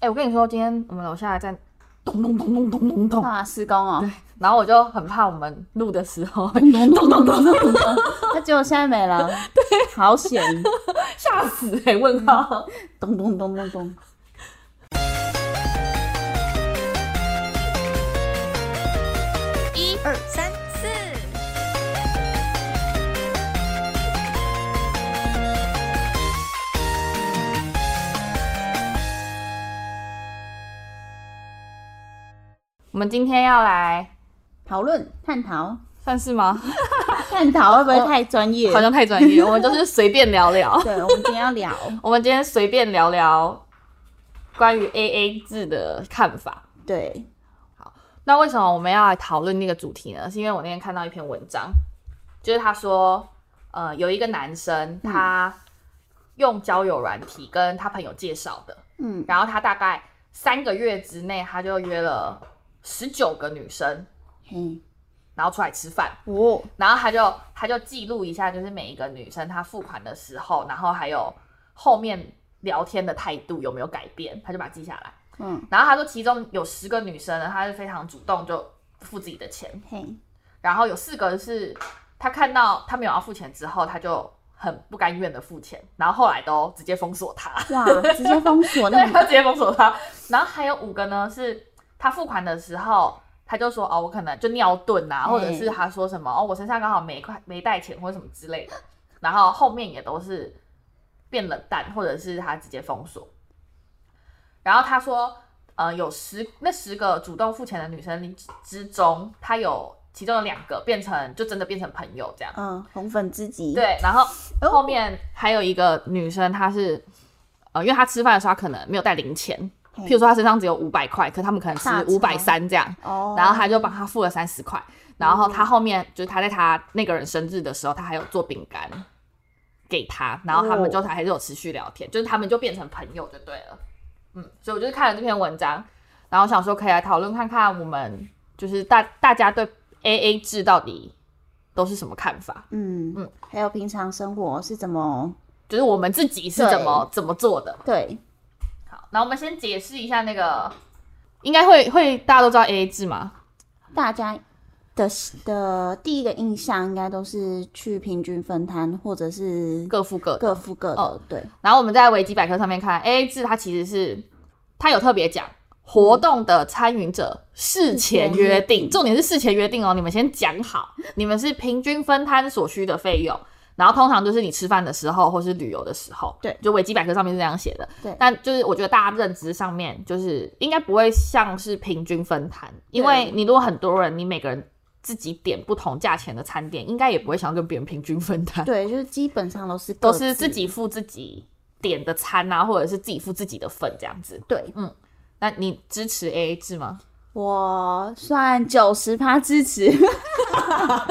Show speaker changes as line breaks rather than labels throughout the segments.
哎、我跟你说，今天我们楼下在咚咚咚咚咚咚咚，
啊，施工哦，
然后我就很怕我们录的时候
咚咚咚咚咚咚， 那结果现在没了， 对，好险，
吓死哎、问号。
咚咚咚咚咚。
一二三四，
我们今天要来
讨论探讨，
算是吗？
探讨会不会太专业？
哦好像太专业，我们就是随便聊聊。
对，我们今天要聊，
我们今天随便聊聊关于 A A 制的看法。
对，
那为什么我们要来讨论那个主题呢？是因为我那天看到一篇文章，就是他说，呃，有一个男生他用交友软体跟他朋友介绍的，
嗯，
然后他大概三个月之内他就约了十九个女生，
嘿，
然后出来吃饭，
哦，
然后他就他就记录一下，就是每一个女生她付款的时候，然后还有后面聊天的态度有没有改变，他就把它记下来。
嗯，
然后他说，其中有十个女生呢，她是非常主动就付自己的钱，
嘿，
然后有四个是他看到他没有要付钱之后，他就很不甘愿的付钱，然后后来都直接封锁他，
哇，直接封锁 那
对
个，
他直接封锁他。然后还有五个呢，是他付款的时候，他就说哦，我可能就尿遁啊，
嗯
或者是他说什么哦，我身上刚好没块没带钱或者什么之类的。然后后面也都是变冷淡，或者是他直接封锁。然后他说，呃，有十那十个主动付钱的女生里之中，他有其中有两个变成就真的变成朋友这样。
嗯，红粉知己，，
对，然后
哦
后面还有一个女生，她是呃，因为她吃饭的时候她可能没有带零钱，
嘿
譬如说她身上只有五百块，可他们可能吃
大
五
钞
百三这样，
哦，嗯
然后她就帮她付了三十块，然后她后面就是她在她那个人生日的时候，她还有做饼干给她，然后他们就还是有持续聊天，就是他们就变成朋友就对了，嗯，所以我就是看了这篇文章，然后想说可以来讨论看看我们就是大大家对 A A 制到底都是什么看法。
嗯
嗯
嗯，还有平常生活是怎么，
就是我们自己是怎么怎么做的。
对，
好，那我们先解释一下那个，应该会会大家都知道 A A 制嘛？
大家。的的第一个印象应该都是去平均分摊，或者是
各付各的。
各付各的，
哦
对，
然后我们在维基百科上面看 A A 制，它其实是它有特别讲。活动的参与者事前约定，重点是事前约定哦。你们先讲好，你们是平均分摊所需的费用，然后通常就是你吃饭的时候或是旅游的时候，
对
就维基百科上面是这样写的。
对
但就是我觉得大家认知上面，就是应该不会像是平均分摊，因为你如果很多人，你每个人自己点不同价钱的餐点，应该也不会想跟别人平均分摊。
对，就是基本上都是
都
各
是自
自
己付自己点的餐啊，或者是自己付自己的份这样子。嗯
对
那你支持 AA 制吗？
我算九十趴支持，呃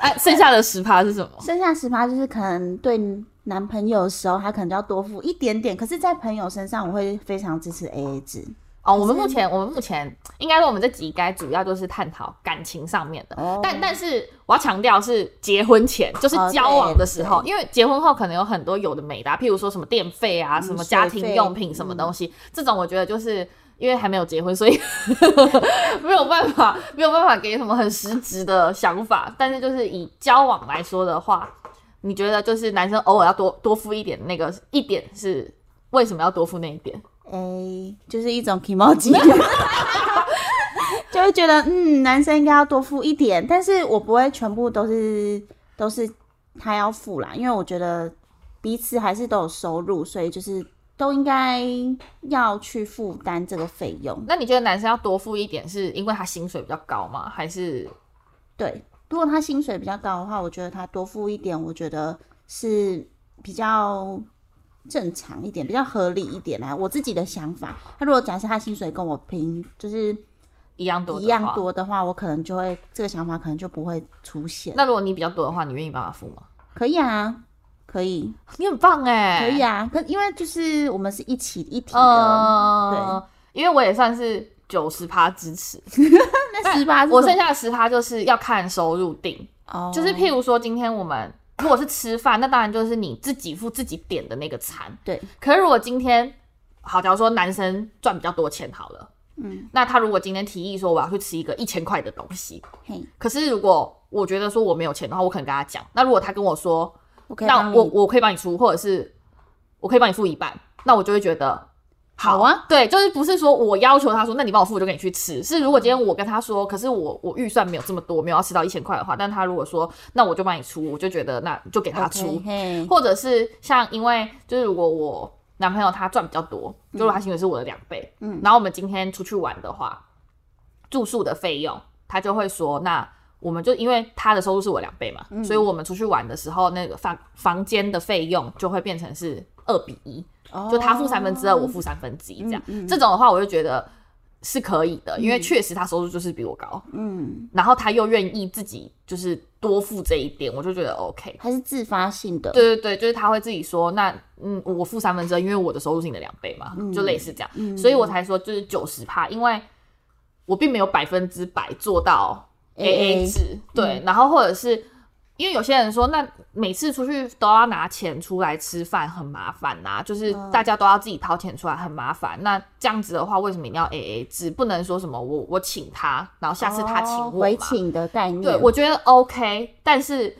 哎、 剩下的十趴是什么？
剩下十趴就是可能对男朋友的时候，他可能就要多付一点点，可是，在朋友身上，我会非常支持 AA 制。
哦，我们目前我们目前应该说我们这集应该主要就是探讨感情上面的，
哦
但但是我要强调是结婚前，就是
哦
交往的时候，
对
因为结婚后可能有很多有的没的啊、譬如说什么电费啊、什么家庭用品、
嗯水费嗯
什么东西，这种我觉得就是。因为还没有结婚，所以 没有办法，没有办法给什么很实质的想法。但是就是以交往来说的话，你觉得就是男生偶尔要多多付一点，那个一点是为什么要多付那一点？
诶、就是一种 emoji，就会觉得嗯，男生应该要多付一点，但是我不会全部都是都是他要付啦，因为我觉得彼此还是都有收入，所以就是都应该要去负担这个费用。
那你觉得男生要多付一点，是因为他薪水比较高吗？还是
对，如果他薪水比较高的话，我觉得他多付一点，我觉得是比较正常一点，比较合理一点啦、啊我自己的想法，他如果假设他薪水跟我平就是
一样多？
一样。多的话，我可能就会这个想法可能就不会出现。
那如果你比较多的话，你愿意帮他付吗？
可以啊，可以，
你很棒哎、
可以啊。可因为就是我们是一起一体的，
嗯，对，因为我也算是九十趴支持，
那十八
我剩下的十趴就是要看收入定，
哦，
就是譬如说今天我们。如果是吃饭，那当然就是你自己付自己点的那个餐。
对，
可是如果今天好，假如说男生赚比较多钱好了，
嗯，
那他如果今天提议说我要去吃一个一千块的东西，
嘿，
可是如果我觉得说我没有钱的话，我可能跟他讲。那如果他跟我说，
我可以
那
帮
我
你
我可以帮你出，或者是我可以帮你付一半，那我就会觉得
好啊，
对，就是不是说我要求他说，那你帮我付，我就给你去吃。是如果今天我跟他说，可是我我预算没有这么多，我没有要吃到一千块的话，但他如果说那我就帮你出，我就觉得那就给他
OK，
出。
嘿，
或者是像因为就是如果我男朋友他赚比较多，就如果他薪水是我的两倍，
嗯
然后我们今天出去玩的话，住宿的费用他就会说，那我们就因为他的收入是我两倍嘛，
嗯
所以我们出去玩的时候，那个房房间的费用就会变成是二比一，
哦
就他付三分之二，我付三分之一这样。
嗯嗯
这种的话，我就觉得是可以的，因为确实他收入就是比我高，
嗯，
然后他又愿意自己就是多付这一点，我就觉得 OK。
他是自发性的，，
对对对，就是他会自己说，那嗯，我付三分之二，因为我的收入是你的两倍嘛，
嗯
就类似这样，
嗯
所以我才说就是九十趴，因为我并没有百分之百做到 A A
AA
制，
嗯
对，然后或者是因为有些人说，那每次出去都要拿钱出来吃饭，很麻烦呐、就是
嗯
大家都要自己掏钱出来，很麻烦。那这样子的话，为什么一定要 A A 制？不能说什么我我请他，然后下次他请我嘛、
哦回请的概念，
对，我觉得 OK，但是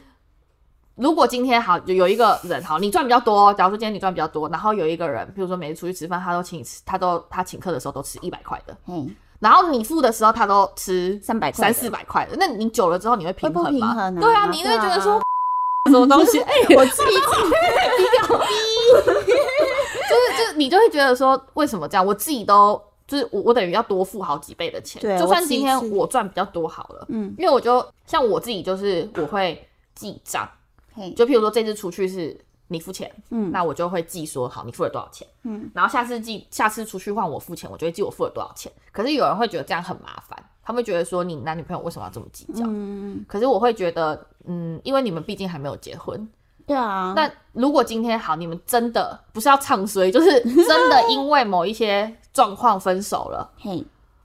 如果今天好有有一个人好，你赚比较多，假如说今天你赚比较多，然后有一个人，比如说每次出去吃饭，他都请你吃，他都他请客的时候都吃一百块的，
嘿，
然后你付的时候他都吃
300块
三
的
四百块的，那你久了之后你会平衡吗？
会不平衡啊
对啊，你会
对啊
觉得说、 什么东西，哎、
我自己
就是就是你就会觉得说为什么这样，我自己都。就是我，我等于要多付好几倍的钱
对，
就
我
算
自
今
己
天
吃
我赚比较多好了，
嗯，
因为我就像我自己，就是我会记账，
嘿，
就譬如说这次出去是你付钱，
嗯
那我就会记说好你付了多少钱，
嗯，
然后下次记下次出去换我付钱，我就会记我付了多少钱。可是有人会觉得这样很麻烦，他们会觉得说你男女朋友为什么要这么计较？
嗯，
可是我会觉得，嗯，因为你们毕竟还没有结婚。
对啊，
那如果今天好，你们真的不是要唱衰，就是真的因为某一些状况分手了，
嘿，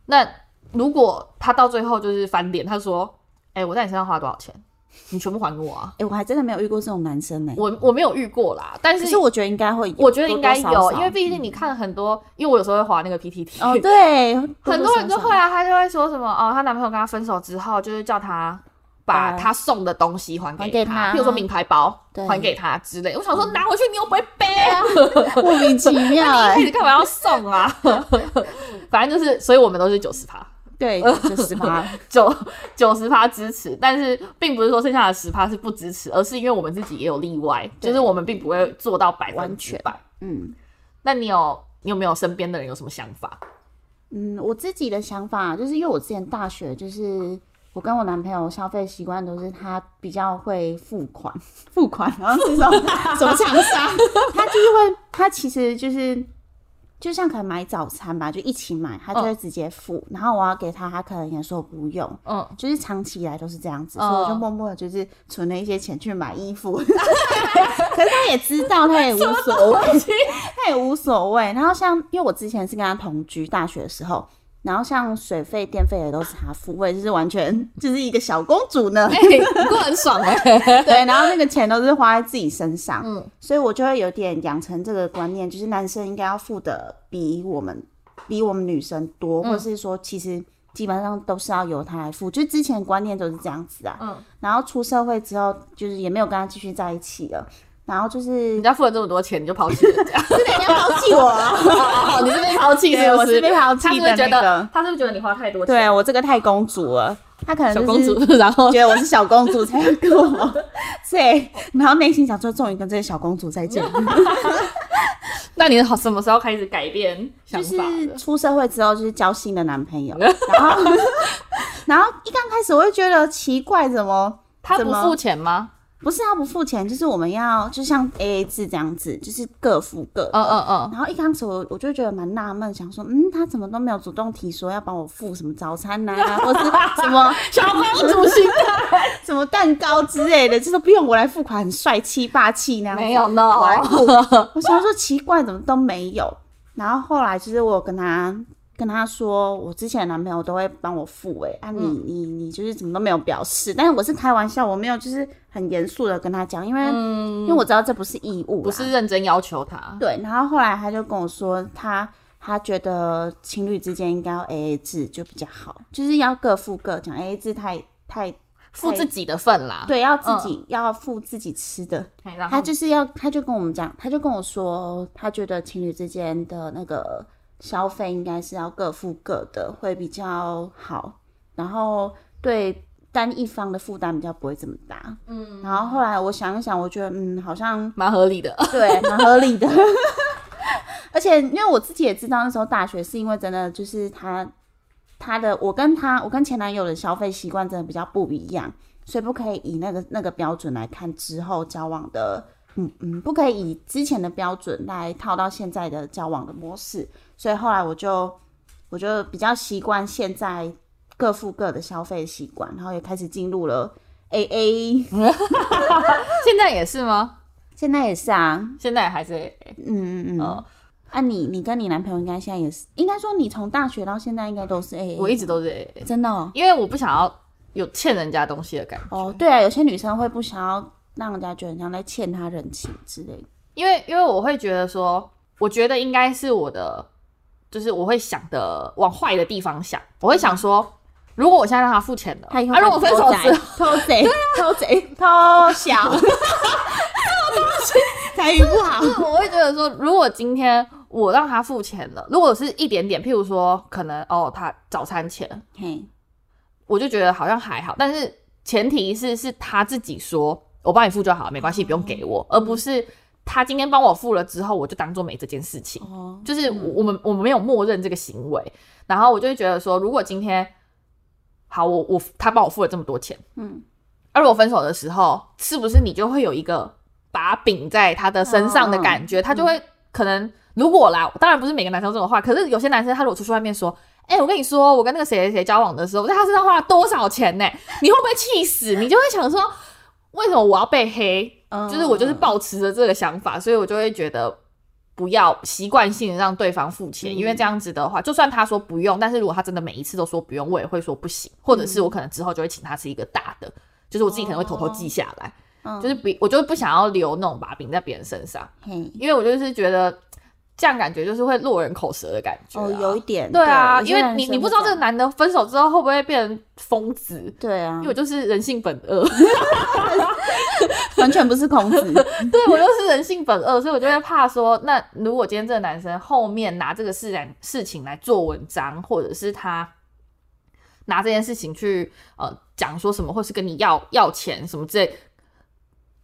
那如果他到最后就是翻脸，他说：“哎、我在你身上花多少钱？你全部还给我 啊！”
哎，我还真的没有遇过这种男生呢，
我我没有遇过啦，但
可
是
是我觉得应该会有，
我觉得应该
多多少
有，
少
因为毕竟你看很多，因为我有时候会划那个 PTT，、
哦，对，
很多人
都
都会啊，他就会说什么哦，她男朋友跟她分手之后，就是叫她把
把
她送的东西还
还
给
给
她，
她
譬如说名牌包
对嗯
还给她之类。我想说拿回去你又不会背啊，
莫名其 妙
一开
哎，
始干嘛要送啊？ 反正就是，所以我们都是九十趴，
对，就是吧，
九九十趴支持，但是并不是说剩下的十趴是不支持，而是因为我们自己也有例外，
对
就是我们并不会做到百分
完
之
全
百。
嗯。
那你有你有没有身边的人有什么想法？
嗯，我自己的想法就是因为我之前大学就是我跟我男朋友消费习惯都是他比较会付款， 付款，然后这种 什么长沙，他就是会，他其实就是就像可能买早餐吧，就一起买，他就会直接付，然后我要给他，他可能也说不用。
嗯，
就是长期以来都是这样子，所以我就
嗯
默默的就是存了一些钱去买衣服，可 是他也知道，他也无所谓，他也无所谓。然后像因为我之前是跟他同居，大学的时候，然后像水费、电费也都是他付，我也就是完全 就是一个小公主呢。
哎、你过得很爽哎、
对，然后那个钱都是花在自己身上，
嗯
所以我就会有点养成这个观念，就是男生应该要付的比我们比我们女生多，
嗯
或是说其实基本上都是要由他来付，就之前观念都是这样子啊。
嗯，
然后出社会之后，就是也没有跟他继续在一起了，然后就是
人家付了这么多钱，你就抛弃人家，
是人家抛弃我啊，
哦，你是被抛弃
对我是被
他
抛弃
是不
的
是觉
那个
得，他是不是觉得你花太多钱？
对我这个太公主了，他可能、就
小
是、
公主，啊 然后
觉得我是小公主才要跟我 对，然后内心想说，终于跟这个小公主再见。
那你好什么时候开始改变想
就
法
是
的？
出社会之后，就是交新的男 朋友，然后然后一刚开始我会觉得奇怪，怎么
他
怎
不
么
付钱吗？
不是他不付钱，就是我们要就像 A A 制这样子，就是各付各。
嗯嗯嗯，
然后一开始我我就觉得蛮纳闷，想说，嗯，他怎么都没有主动提说要帮我付什么早餐呐、 或是什么
小公主心
什么蛋糕之类的，这都不用我来付款，很帅气霸气那样子。
没有
我来
呢。
付。我想说奇怪，怎么都没有。然后后来就是我有跟他跟他说，我之前的男朋友都会帮我付、欸，哎，啊你、
嗯
你你就是怎么都没有表示，但是我是开玩笑，我没有就是很严肃的跟他讲，因为、因为我知道这不是义务啦，
嗯不是认真要求他，
对，然后后来他就跟我说他，他觉得情侣之间应该要 A A 制就比较好，就是要各付各，讲 A A 制太太
付自己的份啦。
对，要自己、要付自己吃的。
嘿，然后
他就是要，他就跟我们讲，他就跟我说，他觉得情侣之间的那个消费应该是要各付各的，会比较好，然后对单一方的负担比较不会这么大。嗯，然后后来我想一想，我觉得嗯，好像
蛮合理的。
对，蛮合理的。 而且因为我自己也知道，那时候大学是因为真的就是他他的我跟他我跟前男友的消费习惯真的比较不一样，所以不可以以那个那个标准来看之后交往的。嗯嗯，不可以以之前的标准来套到现在的交往的模式，所以后来我就我就比较习惯现在各付各的消费习惯，然后也开始进入了 A A，
现在也是吗？
现在也是啊，
现在还是
嗯嗯嗯，
哦
啊你，你跟你男朋友应该现在也是，应该说你从大学到现在应该都是 A A，
我一直都是 AA，
真的哦。
因为我不想要有欠人家东西的感觉。
哦，对啊，有些女生会不想要让人家觉得很像在欠她人情之类的。
因为因为我会觉得说，我觉得应该是我的，就是我会想的往坏的地方想，我会想说，如果我现在让他付钱了，
她以后
啊、如果分手
偷
之
宅
后，
偷贼、偷贼、啊偷小，台语不好。
就是 我会觉得说，如果今天我让他付钱了，如果是一点点，譬如说可能哦，他早餐钱，
嘿，
我就觉得好像还好，但是前提是是他自己说我帮你付就好，没关系，不用给我，而不是他今天帮我付了之后，我就当做没这件事情。
哦，
就是我我们我们没有默认这个行为，然后我就会觉得说，如果今天好，我我他帮我付了这么多钱，
嗯，
而我分手的时候，是不是你就会有一个把柄在他的身上的感觉？他就会可能如果啦，当然不是每个男生都这种话，可是有些男生他如果出去外面说。哎、我跟你说，我跟那个谁谁谁交往的时候，我在他身上花了多少钱呢、你会不会气死？你就会想说，为什么我要被黑？
嗯
就是我就是抱持着这个想法，所以我就会觉得不要习惯性让对方付
嗯
钱，因为这样子的话，就算他说不用，但是如果他真的每一次都说不用，我也会说不行，或者是
嗯
我可能之后就会请他吃一个大的，就是我自己可能会偷偷记下来，
嗯
就是不，我就不想要留那种把柄在别人身上，
嘿，
因为我就是觉得这样感觉就是会落人口舌的感觉啊、
哦，有一点，
对啊，因
有些
为
男
你
生
你不
会
知道这个
样，
男的分手之后会不会变成疯子，
对啊
因为，我就是人性本恶。
完全不是 孔子，
对我就是人性本恶，所以我就会怕说，那如果今天这个男生后面拿这个事来事情来做文章，或者是他拿这件事情去呃讲说什么，或是跟你要要钱什么之类，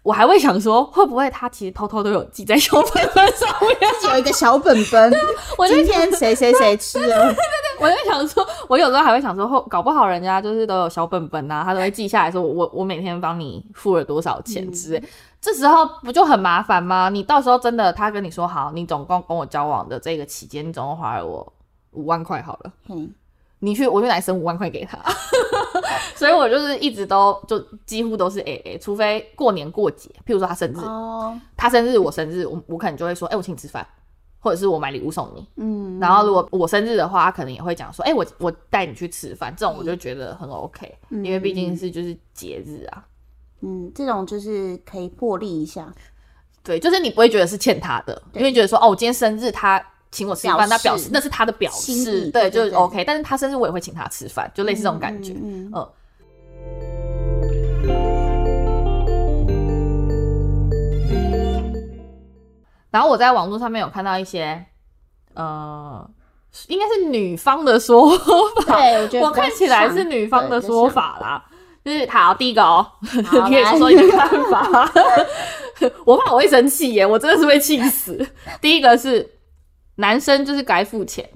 我还会想说，会不会他其实偷偷都有记在小本本上面？
有一个小本本，
我就
今天谁谁谁吃 了，
我就想说，我有时候还会想说，后搞不好人家就是都有小本本啊，他都会记下来说我，我我每天帮你付了多少钱之类。这时候不就很麻烦吗？你到时候真的他跟你说好，你总共跟我交往的这个期间，你总共花了我五万块好了，
嘿，
你去我去来省五万块给他。 所以我就是一直都就几乎都是 A A，除非过年过节，譬如说他生日，
哦，
他生日我生日，我我可能就会说，哎、我请你吃饭，或者是我买礼物送你。
嗯，
然后如果我生日的话，他可能也会讲说，哎、我我带你去吃饭，这种我就觉得很 OK，、
嗯
因为毕竟是就是节日啊，
嗯，这种就是可以破例一下，
对，就是你不会觉得是欠他的，因为觉得说哦，我今天生日他请我吃
表
饭，
示
那表示那是他的表
心
示，
意
对，
对
就
对
是
对
OK，但是他生日我也会请他吃饭，就类似这种感觉。
嗯，嗯
嗯然后我在网络上面有看到一些，呃，应该是女方的说
嗯 对，我觉得
我看起来是女方的说法啦，就是好，第一个哦，
好
你也
来
说你的看法， 我怕我会生气耶，我真的是会气死。第一个是男生就是该付钱，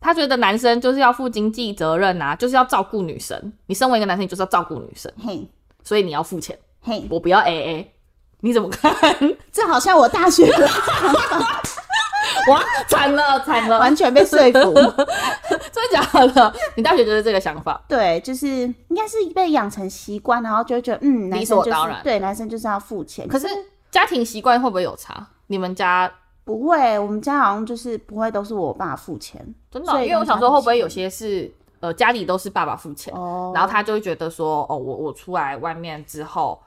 他觉得男生就是要负经济责任啊，就是要照顾女生。你身为一个男生，你就是要照顾女生，
比较像，嘿，
所以你要付钱，
嘿，
我不要 A A。你怎么看？
这好像我大学
哇，惨了惨了，
完全被说服，
真的假的？你大学就是这个想法？
对，就是应该是被养成习惯，然后就会觉得嗯，男生
理所
就是
当然
对，男生就是要付钱，
可是家庭习惯会不会有差？你们家
不会，我们家好像就是不会都是我爸付钱
真的哦、
所以
因为我
跟
想
家
说
里
会不会
是
有些是呃家里都是爸爸付钱，
哦，
然后他就会觉得说哦我我出来外面之后，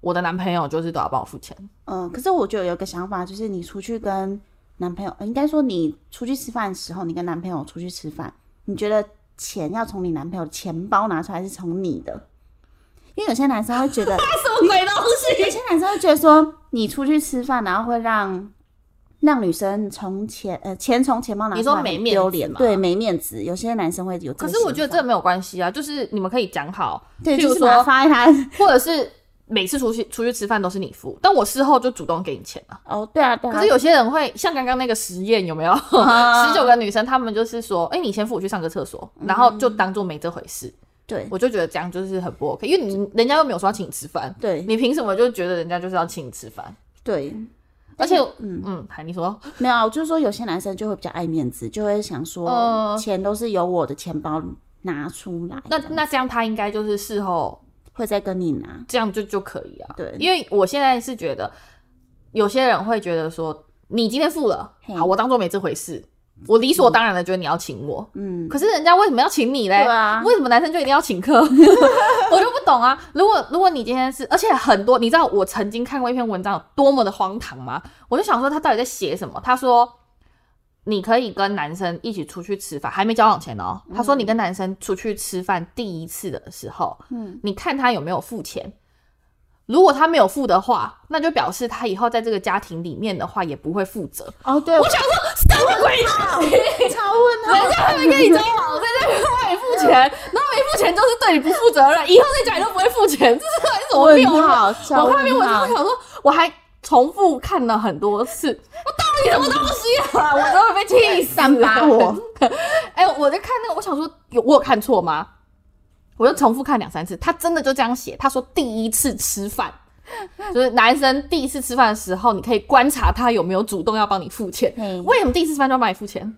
我的男朋友就是都要帮我付钱，
嗯，可是我就有一个想法，就是你出去跟男朋友，呃应该说你出去吃饭的时候，你跟男朋友出去吃饭，你觉得钱要从你男朋友的钱包拿出来，还是从你的？因为有些男生会觉得，
什么鬼东
有些男生会觉得说，你出去吃饭，然后会让让女生从钱呃钱从钱包拿
你
出
说
来，
没
很
面
丢
子
脸，
吗
对，没面子。有些男生会有这
可
个想法，
是我觉得这没有关系啊，就是你们可以讲好，
对，
譬如
就是把它
说，
放在他
或者是每次出去出去吃饭都是你付，但我事后就主动给你钱了。
哦，对啊，对啊，
可是有些人会像刚刚那个实验有没有？ 十九个女生，她们就是说，哎、你先付我去上个厕所，然后就当做没这回事。
对
我就觉得这样就是很不 OK，因为你人家又没有说要请你吃饭，
对
你凭什么就觉得人家就是要请你吃饭？
对，
而且，嗯
嗯
嗯，海你说，
没有啊，我就是说有些男生就会比较爱面子，就会想
呃
说钱都是由我的钱包拿出来，
那
这样
那这样他应该就是事后
会再跟你拿。
这样就就可以啊。
对
因为我现在是觉得，有些人会觉得说，你今天付了，
嘿
好，我当做没这回事，我理所当然的觉得你要请我。
嗯，
可是人家为什么要请你嘞？
对啊
为什么男生就一定要请客？ 我就不懂啊。如果如果你今天是，而且很多，你知道我曾经看过一篇文章有多么的荒唐吗？我就想说他到底在写什么？他说你可以跟男生一起出去吃饭，还没交往前哦。他说你跟男生出去吃饭第一次的时候，
嗯
你看他有没有付钱。如果他没有付的话，那就表示他以后在这个家庭里面的话也不会负责。
哦，对，
我想说，什么鬼
超 问啊
人家还没跟你交往，在这边外付钱，然后没付钱就是对你不负责任，以后在家里都不会付钱，这是到底是什么
问
谬论？
号，超
我看那篇
问
文章，
号
我，想说，我还重复看了很多次，我到底什么东西啊？我都会被气死
三八我。
哎、我在看那个，我想说，有我有看错吗？我又重复看两三次，他真的就这样写。他说第一次吃饭，就是男生第一次吃饭的时候，你可以观察他有没有主动要帮你付钱。
嘿
为什么第一次吃饭就要帮你付钱？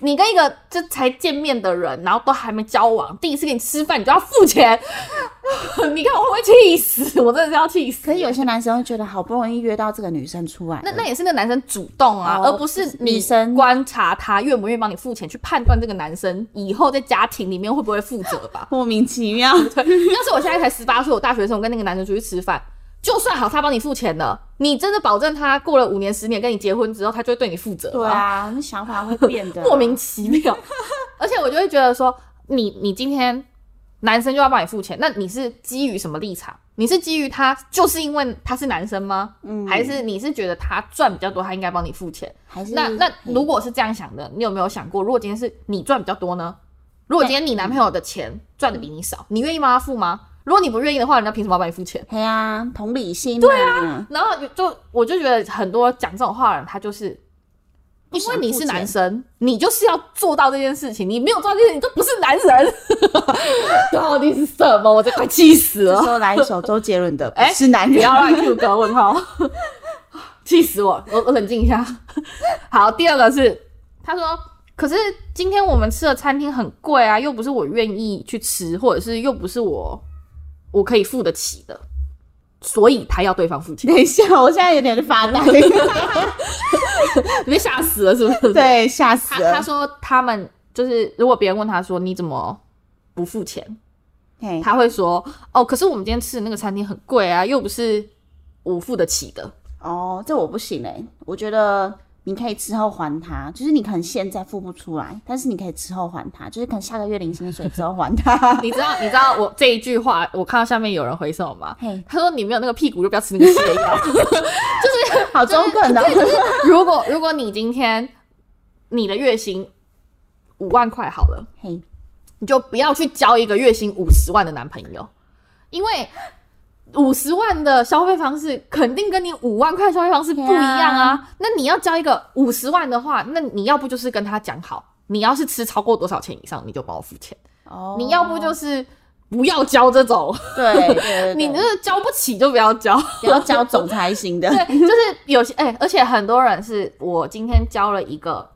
你跟一个就才见面的人，然后都还没交往，第一次跟你吃饭你就要付钱， 你看我会不会气死？我真的是要气死。
可是有些男生会觉得好不容易约到这个女生出来了，
那那也是那男生主动啊，
哦
而不是
就是
你
女生。
观察他愿不愿意帮你付钱，去判断这个男生以后在家庭里面会不会负责吧
莫名其妙，
要是我现在才十八岁，我大学生，我跟那个男生出去吃饭，就算好他帮你付钱了，你真的保证他过了五年、十年跟你结婚之后，他就会对你负责吗？
对啊，那想法会变的 啊，
莫名其妙。而且我就会觉得说，你你今天男生就要帮你付钱，那你是基于什么立场？你是基于他就是因为他是男生吗？
嗯
还是你是觉得他赚比较多，他应该帮你付钱？
还是
那那
嘿
如果是这样想的，你有没有想过，如果今天是你赚比较多呢？如果今天你男朋友的钱赚的比你少，你愿意帮他付吗？如果你不愿意的话，人家凭什么要帮你付钱？
嘿啊，同理心对啊，
然后就我就觉得很多讲这种话的人，他就是因为你是男生，你就是要做到这件事情，你没有做到这件事情，你就不是男人。到底是什么？我这快气死
这
了！
时候来一首周杰伦的 《
哎
不是男
不
人
要》，乱 Q 哥问号，气死我！我我冷静一下。 好，第二个是他说，可是今天我们吃的餐厅很贵啊，又不是我愿意去吃，或者是又不是我我可以付得起的，所以他要对方付钱。
等一下，我现在有点发 呆，
你被吓死了是不是？
对，吓
他
死
他
了。
说他们就是，如果别人问他说你怎么不付钱，
嘿
他会说哦，可是我们今天吃的那个餐厅很贵啊，又不是我付得起的。。
哦，这我不行哎、我觉得你可以之后还他，就是你可能现在付不出来，但是你可以之后还他，就是可能下个月领薪水之后还 他
你知道你知道我这一句话，我看到下面有人回什么吗？
嘿，
他说你没有那个屁股就不要吃那个泻药。
好中肯哦的、
如果如果你今天你的月薪五万块好了。
嘿，
你就不要去交一个月薪五十万的男朋友，因为五十万的消费方式肯定跟你五万块消费方式不一样啊。那你要交一个五十万的话，那你要不就是跟他讲好，你要是吃超过多少钱以上，你就帮我付钱；
哦
你要不就是不要交这种，
对对 对对
你就是交不起就不要 交。
不要交总裁型的，
对，就是有些哎、而且很多人是我今天交了一个，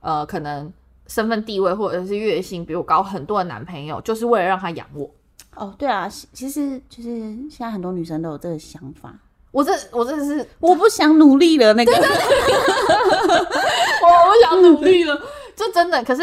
呃，可能身份地位或者是月薪比我高很多的男朋友，就是为了让他养我。
哦，对啊，其其实就是现在很多女生都有这个想法，
我这我真的 是
我不想努力了，那个
我我想努力 了，这真的。可是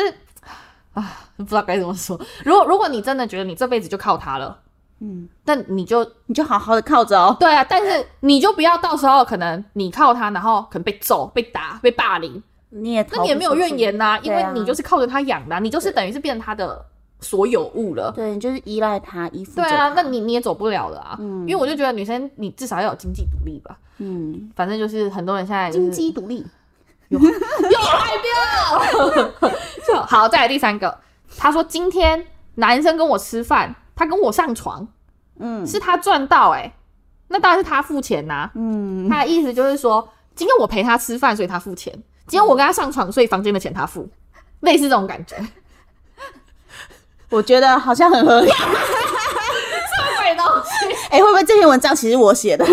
啊，不知道该怎么说。如果如果你真的觉得你这辈子就靠他了，
嗯，
但你就
你就好好的靠着哦。
对啊，但是你就不要到时候可能你靠他，然后可能被揍、被打、被霸凌，
你也
那你也没有怨言
呐、
呐、因
对
为
啊
你就是靠着他养的啊、你就是等于是变成他的所有物了。
对你就是依赖他，依附
对
着
啊，
他
那你你也走不了了啊。
嗯
因为我就觉得女生你至少要有经济独立吧。
嗯，
反正就是很多人现在、就是、
经济独立，
又爱掉。 好，再来第三个，他说今天男生跟我吃饭，他跟我上床，
嗯
是他赚到哎、那当然是他付钱呐、
嗯，
他的意思就是说，今天我陪他吃饭，所以他付钱；今天我跟他上床，所以房间的钱他付。类似这种 感觉，
我觉得好像很合理。
对东西。
哎、会不会这篇文章其实我写的？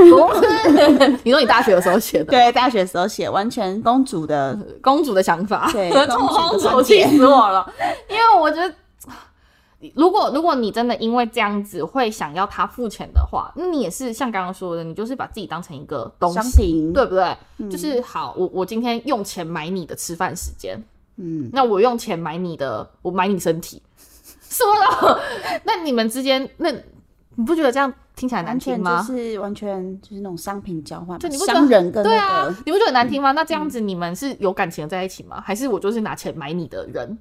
你说你大学的时候写的
对，大学时候写，完全公主的，
公主的想法，
对
臭
公
烘
主的
手
观
气
点
死我了。因为我觉得，如果如果你真的因为这样子会想要他付钱的话，那你也是像刚刚说的，你就是把自己当成一个东
商
西，
品，嗯
对不对？就是好，我我今天用钱买你的吃饭时间，
嗯，
那我用钱买你的，我买你身体， 什么的？ 那你们之间，那你不觉得这样听起来难
完
听
全
吗？
就是完全就是那种商品交换嘛，
就你不觉得
商人跟
对
那
啊
个，，嗯
你不觉得很难听吗？那这样子你们是有感情的在一起吗？还是我就是拿钱买你的人？
嗯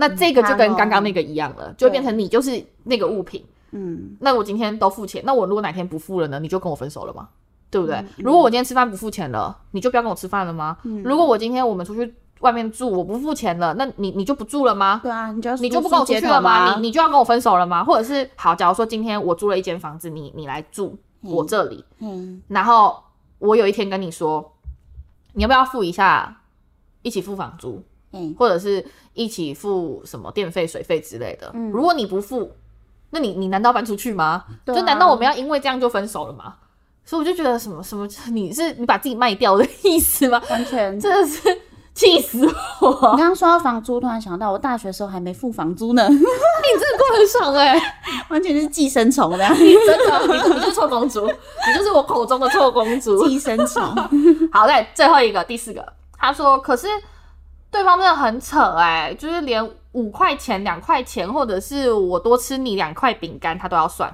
那这个就跟刚刚那个一样了，就变成你就是那个物品。
嗯，
那我今天都付钱，那我如果哪天不付了呢？你就跟我分手了吗？对不
嗯
对？如果我今天吃饭不付钱了，你就不要跟我吃饭了吗？如果我今天我们出去外面住，我不付钱了，那你你就不住了吗？
对啊，你就要
你
速
就不跟我出
速
去
结
了
了
吗？你你就要跟我分手了吗？或者是好，假如说今天我租了一间房子，你你来住我这里，
嗯，
然后我有一天跟你说，你要不要付一下，一起付房租，
哎，
或者是一起付什么电费、水费之类的。
嗯
如果你不付，那你你难道搬出去吗？
对啊
就难道我们要因为这样就分手了吗？所以我就觉得什么什么，你是你把自己卖掉的意思吗？
完全。
真的是气死
你
我！
刚刚说到房租，突然想到我大学的时候还没付房租呢，
你真的过得很爽哎、
完全是寄生虫的
真的，你你就是臭公主，你就是我口中的臭公主。
寄生虫。
好，再最后一个，第四个，他说，可是对方真的很扯哎、就是连五块钱、两块钱，或者是我多吃你两块饼干，他都要算。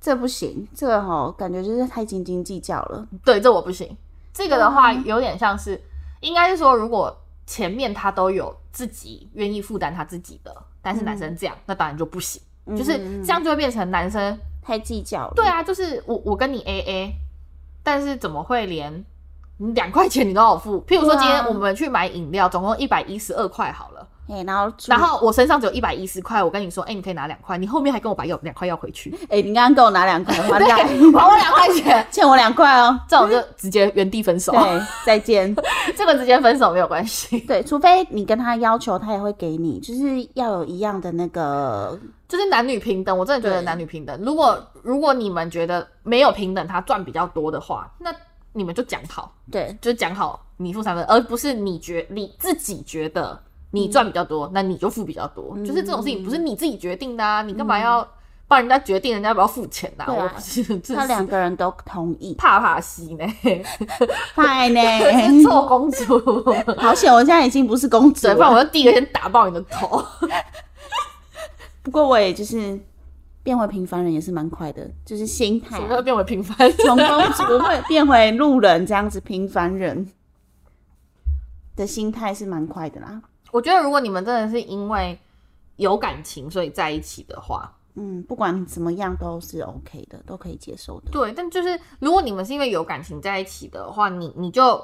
这不行，这个吼、感觉就是太斤斤计较了。
对，这我不行。这个的话有点像是，应该是说，如果前面他都有自己愿意负担他自己的，但是男生这样，那当然就不行。就是这样就会变成男生，
太计较了。
对，啊，就是我我跟你 A A，但是怎么会连你两块钱你都要我付？ 譬如说
对啊
今天我们去买饮料，总共一百一十二块好了。
哎，然后
然后我身上只有一百一十块，我跟你说，哎、你可以拿两块，你后面还跟我把要两块要回去，
哎，你刚刚给我拿两块， 还
对，还我两块 钱，
欠我两块哦。
这种就直接原地分手，
对，再见。
这个直接分手没有关系，
对，除非你跟他要求，他也会给你，就是要有一样的那个，
就是男女平等，我真的觉得
对
男女平等。如果如果你们觉得没有平等，他赚比较多的话，那你们就讲好，
对，
就讲好你付三分，而不是你觉你自己觉得你赚比较多，那你就付比较多，
嗯
就是这种事情不是你自己决定的啊，你干嘛要帮人家决定人家要不要付钱啊？
对啊
我是这
他两
是
个人都同 意，
怕怕西 呢。
太
是
呢。
臭公主，
好险，我现在已经不是公主
对，不然
了，
我就第一个先打爆你的头。
不过我也就是变回平凡人也是蛮快的，就是心态
什
啊
么叫变为平凡？
从公主会变回路人这样子，平凡人的心态是蛮快的啦。
我觉得如果你们真的是因为有感情所以在一起的话，
嗯，不管怎么样都是 OK 的，都可以接受的。
对，但就是如果你们是因为有感情在一起的话，你你就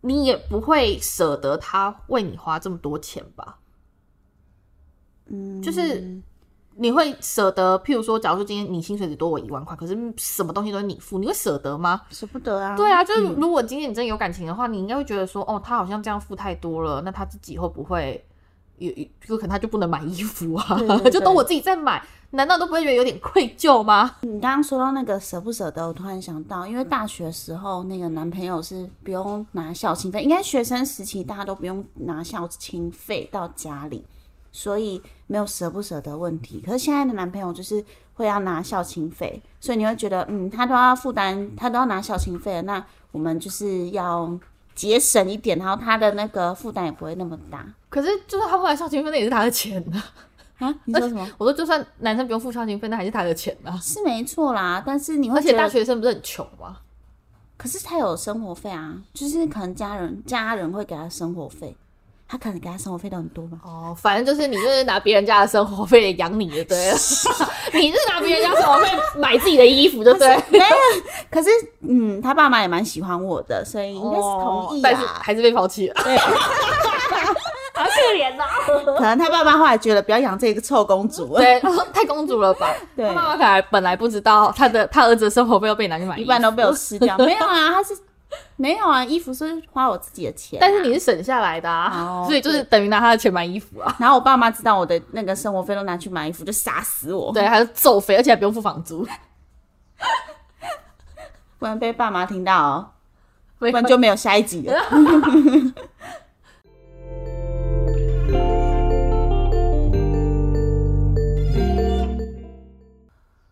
你也不会舍得他为你花这么多钱吧？
嗯，
就是你会舍得，譬如说，假如说今天你薪水只多我一万块，可是什么东西都是你付，你会舍得吗？
舍不得啊。
对啊，就是如果今天你真的有感情的话，你应该会觉得说，哦，他好像这样付太多了，那他自己会不会有有有可能他就不能买衣服啊
对？对
就都我自己在买，难道都不会觉得有点愧疚吗？
你刚刚说到那个舍不舍得，我突然想到，因为大学时候那个男朋友是不用拿校庆费，应该学生时期大家都不用拿校庆费到家里，所以没有舍不舍得问题。可是现在的男朋友就是会要拿孝亲费，所以你会觉得，嗯，他都要负担，他都要拿孝亲费了，那我们就是要节省一点，然后他的那个负担也不会那么大
可是就是他后来孝亲费，那也是他的钱呐、
啊。你说什么？
我说就算男生不用付孝亲费，那还是他的钱呐、
是没错啦，但是你会
而
觉
且
得，
大学生不是很穷吗？
可是他有生活费啊，就是可能家人家人会给他生活费，他可能给他生活费都很多吧。
哦，反正就是你就是拿别人家的生活费养你就对了， 你是拿别人家生活费买自己的衣服就对了，
可是，嗯，他爸妈也蛮喜欢我的，所以应哦该是同
哦
意啊
但是
啦。
还是被抛弃了，
对，
好可怜呐、
可能他爸妈后来觉得不要养这个臭公主了，
对， 太公主了吧？
对
他妈妈本来本来不知道他的他儿子的生活费要被拿去买衣
一
服，
般都被我吃 掉。没有啊，他是没有啊，衣服是花我自己的钱啊、
但是你是省下来的啊，
哦
所以就是等于拿他的钱买衣服啊。
然后我爸妈知道我的那个生活费都拿去买衣服，就杀死我，
对，还是揍肥，而且还不用付房租，
不然被爸妈听到、哦，
不
不然就没有下一集了。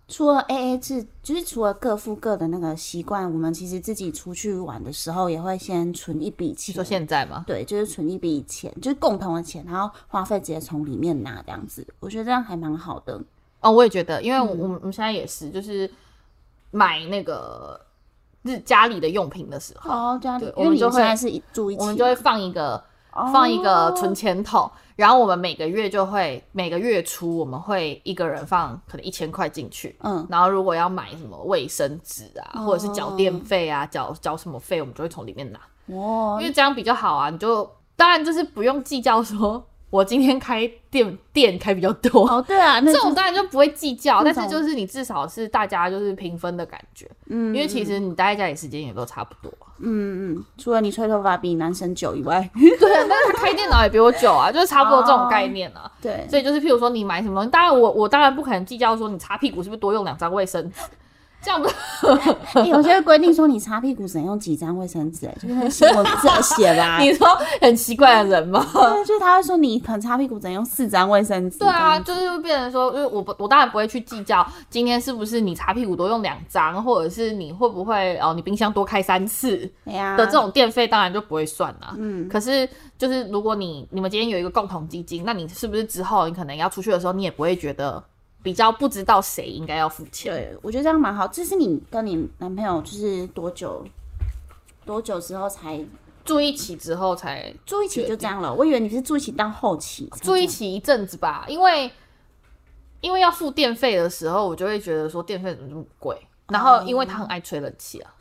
除了 A A 制，就是除了各付各的那个习惯，我们其实自己出去玩的时候也会先存一笔
你说
钱，
现在吗？
对，就是存一笔钱，就是共同的钱，然后花费直接从里面拿这样子，我觉得这样还蛮好的。
哦，我也觉得，因为
嗯
我我们我们现在也是，就是买那个日家里的用品的时候，
哦，这样
对，
因
我
为
们
你
就
们
会
现在是一住一起嘛，
我们就会放一个
哦
放一个存钱筒，然后我们每个月就会每个月初我们会一个人放可能一千块进去，
嗯
然后如果要买什么卫生纸啊，
哦
或者是缴电费啊，缴缴什么费，我们就会从里面拿，
哦
因，为这样比较好啊。你就当然就是不用计较说我今天开店店开比较多，
哦对啊，那
这
就
种当然就不会计较，
那
但
种
是就是你至少是大家就是平分的感觉，
嗯
因为其实你待在家里时间也都差不多。
嗯嗯，除了你吹头发比男生久以外，
对啊，但是他开电脑也比我久啊，就是差不多这种概念啊。
对，
所以就是，譬如说你买什么东西，当然我我当然不可能计较说你擦屁股是不是多用两张卫生纸，这样不是
欸有些会规定说你擦屁股只能用几张卫生纸，哎，就是那个新闻不是 有写吧？
你说很奇怪的人吗？
对，就是他会说你可能擦屁股只能用四张卫生纸。
对啊，
这样，
就是会变成说，因为我不我当然不会去计较今天是不是你擦屁股多用两张，或者是你会不会哦你冰箱多开三次
哎呀
的这，种电费，当然就不会算啦、
嗯，
可是，就是如果你你们今天有一个共同基金，那你是不是之后你可能要出去的时候，你也不会觉得比较不知道谁应该要付钱？
对，我觉得这样蛮好。这是你跟你男朋友就是多久多久之后才
住一起之后才
住一起就这样了？我以为你是住一起到后期才这样
住一，起一阵子吧，因为因为要付电费的时候，我就会觉得说电费怎么这么贵。然后，因为他很爱吹冷气啊，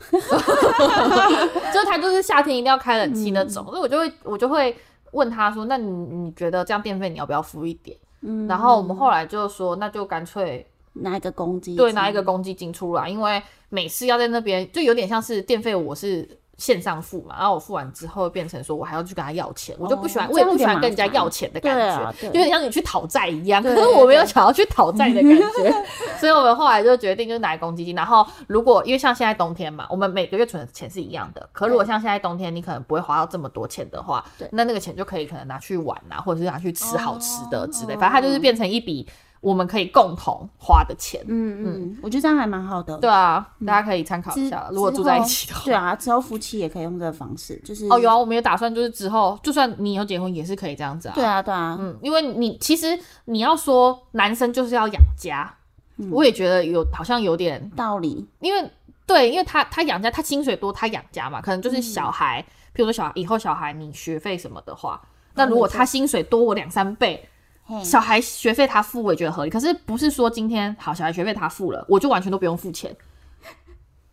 就是他就是夏天一定要开冷气那种，所以我就会我就会问他说：“那你你觉得这样电费你要不要付一点？”
嗯
然后我们后来就说：“那就干脆
拿一个公鸡，
对拿一个公积金出来，因为每次要在那边就有点像是电费，我是线上付嘛，然后我付完之后变成说我还要去跟他要钱，我就不喜欢，
哦
我也不
这样有
喜欢
点
跟人家
麻烦
要钱的感觉，
对啊对
有点像你去讨债一样，可
对
是我没有想要去讨债的 感觉，所以我们后来就决定就是拿公积金，然后如果因为像现在冬天嘛，我们每个月存的钱是一样的，可如果像现在冬天你可能不会花到这么多钱的话
对，
那那个钱就可以可能拿去玩啊，或者是拿去吃好吃的之类，
哦
反正它就是变成一笔我们可以共同花的钱。
嗯嗯，我觉得这样还蛮好的。
对啊，大家可以参考一
嗯之
下，如果
之
住在一
后
起的话。
对啊，之后夫妻也可以用这个方式，就是
哦，有啊，我们也打算就是之后，就算你以后结婚也是可以这样子啊。
对，啊，对啊，
嗯，因为你其实你要说男生就是要养家，
嗯
我也觉得有好像有点，
道理。
因为对，因为他他养家，他薪水多，他养家嘛，可能就是
嗯
小孩，譬如说小以后小孩你学费什么的话，那如果他薪水多我两三倍，
嘿，
小孩学费他付，我也觉得合理。可是不是说今天好，小孩学费他付了，我就完全都不用付钱。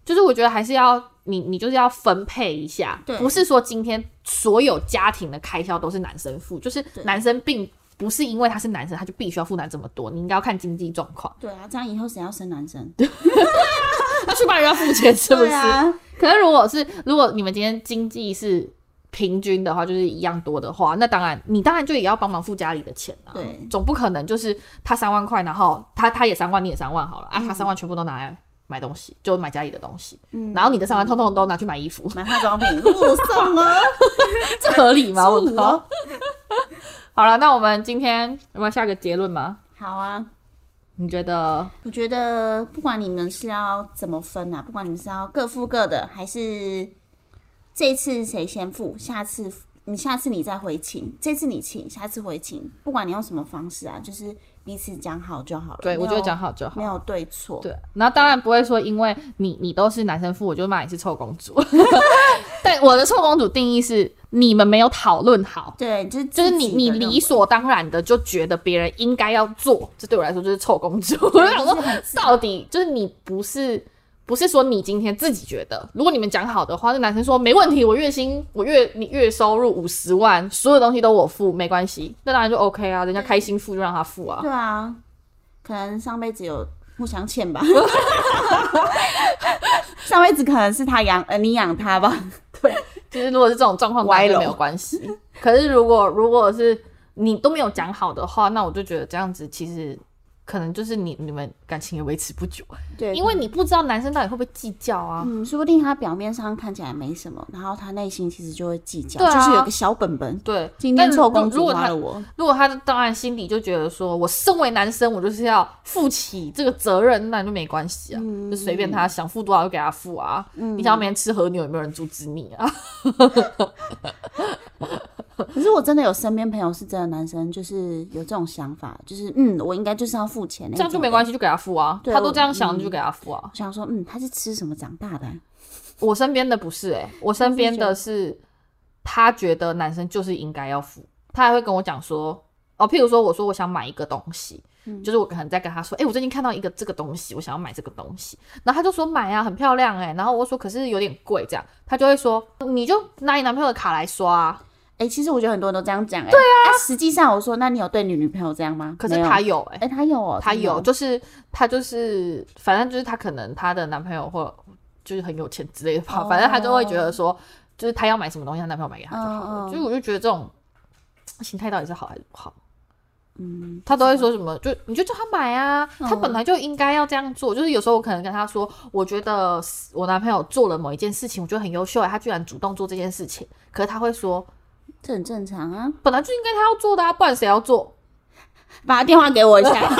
就是我觉得还是要你，你就是要分配一下，
对
不是说今天所有家庭的开销都是男生付，就是
对
男生并不是因为他是男生他就必须要负担这么多，你应该要看经济状 况，
对啊，这样以后谁要生 男生？
啊他去帮人家付钱是不
对
是？
啊，
可是如果是如果你们今天经济是平均的话，就是一样多的话，那当然你当然就也要帮忙付家里的钱啊。
对
嗯总不可能就是他三万块，然后他他也三万，你也三万好了啊，他三万全部都拿来买东西，就买家里的东西，
嗯
然后你的上班通通都拿去买衣 服，
买化妆品附送哦，
这合理吗？我
送
靠
哦！
好了，那我们今天有没有下个结论吗？
好啊。
你觉得
我觉得不管你们是要怎么分啊，不管你们是要各付各的，还是这次谁先付，下次你下次你再回请，这次你请，下次回请，不管你用什么方式啊，就是彼此讲好就好了。
对
没
我
有
觉得讲好就
没
好。
有对错，
对，然后当然不会说，因为你你都是男生付，我就骂你是臭公主。 但我的臭公主定义是你们没有讨论好，
对，就是
就
就是
你你理所当然的就觉得别人应该要做，这对我来说就是臭公主。我就想说，到底就是你不是不是说你今天自己觉得，如果你们讲好的话，那男生说没问题，我月薪我月你月收入五十万，所有东西都我付，没关系，那当然就 OK 啊，人家开心付就让他付啊。
对啊，可能上辈子有互相 欠吧，上辈子可能是他养呃你养他吧，
就是如果是这种状况，当
歪
然就
楼
没有关系。可是如果如果是你都没有讲好的话，那我就觉得这样子其实可能就是你你们感情也维持不久，
对，
因为你不知道男生到底会不会计较啊。
嗯，说不定他表面上看起来没什么，然后他内心其实就会计较，
对啊
就是有个小本本。
对，
今
但
天
如
臭公
如
主
果
骂
他
了我，
如果他当然心里就觉得说，我身为男生，我就是要负起这个责任，那就没关系啊，
嗯
就随便他想付多少就给他付啊。你想要每天吃和牛，有没有人阻止你啊？
可是我真的有身边朋友是真的男生，就是有这种想法，就是嗯，我应该就是要付钱那
这样就没关
系。
系，就给他付啊。
对
他都
我嗯
这样想，就给他付啊。
我想说，嗯，他是吃什么长大的啊、
我身边的不是哎、我身边的是他觉得男生就是应该要付，他还会跟我讲说，哦，譬如说我说我想买一个东西，
嗯
就是我可能在跟他说，哎、我最近看到一个这个东西，我想要买这个东西，然后他就说买啊，很漂亮哎、然后我说可是有点贵这样，他就会说你就拿你男朋友的卡来刷、啊，
哎、其实我觉得很多人都这样讲、哎，对啊。实际上，我说，那你有对你女朋友这样吗？
可是
没有
他有哎、
哎、他有哦，
他
真的
有，
哦
就是他就是，反正就是他可能他的男朋友或就是很有钱之类的吧，
哦
反正他就会觉得说，就是他要买什么东西，她男朋友买给他就好
嗯
了。
嗯
所以我就觉得这种心态到底是好还是不好，
嗯，
他都会说什么，就你就叫他买啊，他
嗯
本来就应该要这样做。就是有时候我可能跟他说，我觉得我男朋友做了某一件事情，我觉得很优秀、欸，他居然主动做这件事情，可是他会说，
这很正常啊。
本来就应该他要做的啊，不然谁要做？
把他电话给我一 下，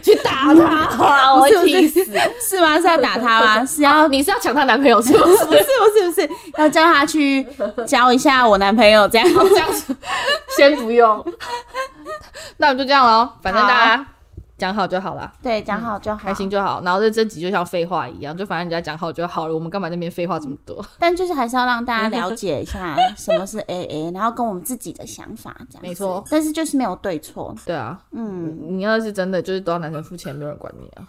去打他，我
是
会
不
气
是
死。
是吗？是要打他 吗？是要
你是要抢她男朋友是不 是？
不是不是不是， 要叫他去教一下我男朋友这样。
这样子先不用。那我们就这样咯，反正大家讲好就好啦，
对，讲好就好，
开心。就好。然后这这集就像废话一样，就反正人家讲好就好了，我们干嘛在那边废话这么多？
但就是还是要让大家了解 一下什么是 AA，然后跟我们自己的想法这样子。
没错
但是就是没有对错。
对啊，
嗯
你要是真的就是都要男生付钱，没有人管你啊。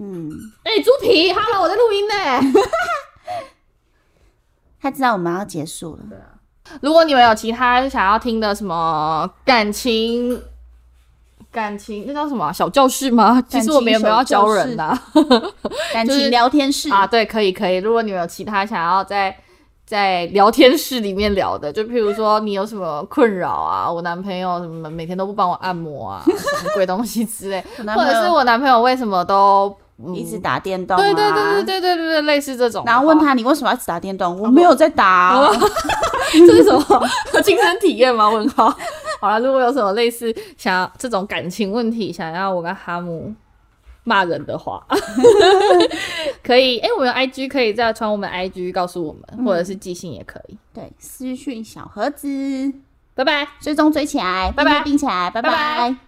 嗯，
哎、猪皮哈喽，我在录音呢。
他知道我们要结束了，
如果你们有其他想要听的什么感情。感情那叫什么啊小教室吗？其
情
实我们也没有要教人呐、
感
就是
情聊天室
啊，对，可以可以。如果你们有其他想要在在聊天室里面聊的，就譬如说你有什么困扰啊，我男朋友什么每天都不帮我按摩啊，什么鬼东西之 类，
我男
或
朋友
者是我男朋友为什么都、嗯
一直打电动、啊，
对对对对。对对对对，类似这种，
然后问，他你为什么要一直打电动？我没有在打啊、
哦 这是什么 亲身体验吗？问号。 好了，如果有什么类似想要这种感情问题，想要我跟哈姆骂人的 话，可以，哎、我们有 IG 可以再传我们 IG 告诉我们，或者是寄信也可以。
对，私讯小盒子
拜拜。
追踪追起来，
拜拜
并起来，
拜
拜
拜
拜